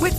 With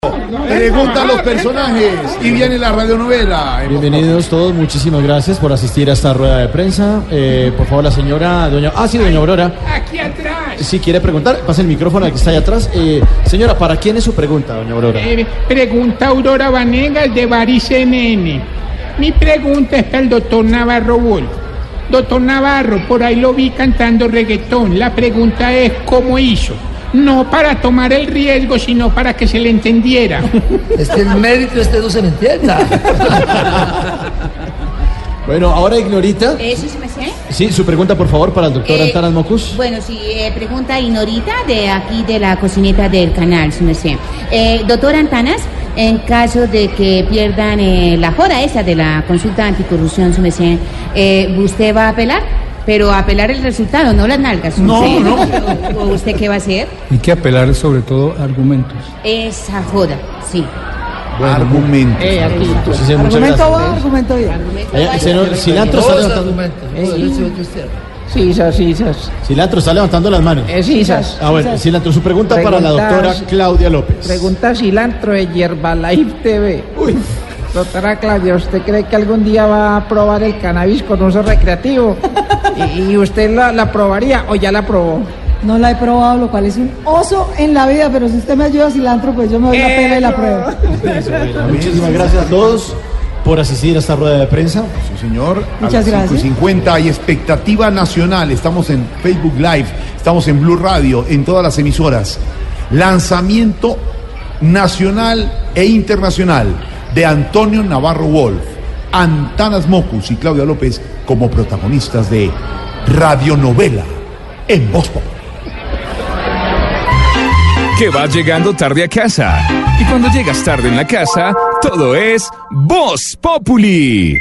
Pregunta a los personajes y viene la radionovela. Bienvenidos todos, muchísimas gracias por asistir a esta rueda de prensa. Eh, por favor, la señora, doña... Ah, sí, doña Aurora, Aquí atrás. si quiere preguntar, pase el micrófono al que está allá atrás. Eh, señora, ¿para quién es su pregunta, doña Aurora? Eh, pregunta Aurora Vanegas de Baris NN. Mi pregunta es para el doctor Navarro Bull. Doctor Navarro, por ahí lo vi cantando reggaetón. La pregunta es cómo hizo. No para tomar el riesgo, sino para que se le entendiera. Es que el mérito este no se me entienda. Bueno, ahora ignorita. Eso sí me sé. Sí, su pregunta, por favor, para el doctor Eh, Antanas Mocus. Bueno, sí, eh, pregunta Inorita de aquí de la cocineta del canal, si me sé. Eh, doctor Antanas, en caso de que pierdan eh, la joda esa de la consulta anticorrupción, si me sé, eh, ¿usted va a apelar? Pero apelar el resultado, no las nalgas. si me No, sé. no. ¿O o usted qué va a hacer? Hay que apelar sobre todo a argumentos. Esa joda, sí. Argumento. Sí, sí, muchas argumento gracias. va, argumento bien. Allá, el Eh, señor cilantro, está Todos los levantando, argumentos. Todos los que usted. cilantro está levantando las manos. Eh, Esas. Ah, bueno, cilantro, su pregunta para la Preguntas- doctora Claudia López. Pregunta cilantro de Yerbalife TV. Doctora Claudia, ¿usted cree que algún día va a probar el cannabis con uso recreativo? ¿Y, y usted la, la probaría o ya la probó? No la he probado, lo cual es un oso en la vida, pero si usted me ayuda cilantro, pues yo me Eh, doy la pena y la pruebo. Bueno, muchísimas gracias a todos por asistir a esta rueda de prensa. Sí, señor. Muchas a las gracias. 5.50 hay expectativa nacional. Estamos en Facebook Live, estamos en Blue Radio, en todas las emisoras. Lanzamiento nacional e internacional de Antonio Navarro Wolf, Antanas Mocus y Claudia López como protagonistas de Radionovela en Boston. que vas llegando tarde a casa. Y cuando llegas tarde en la casa, todo es Voz Populi.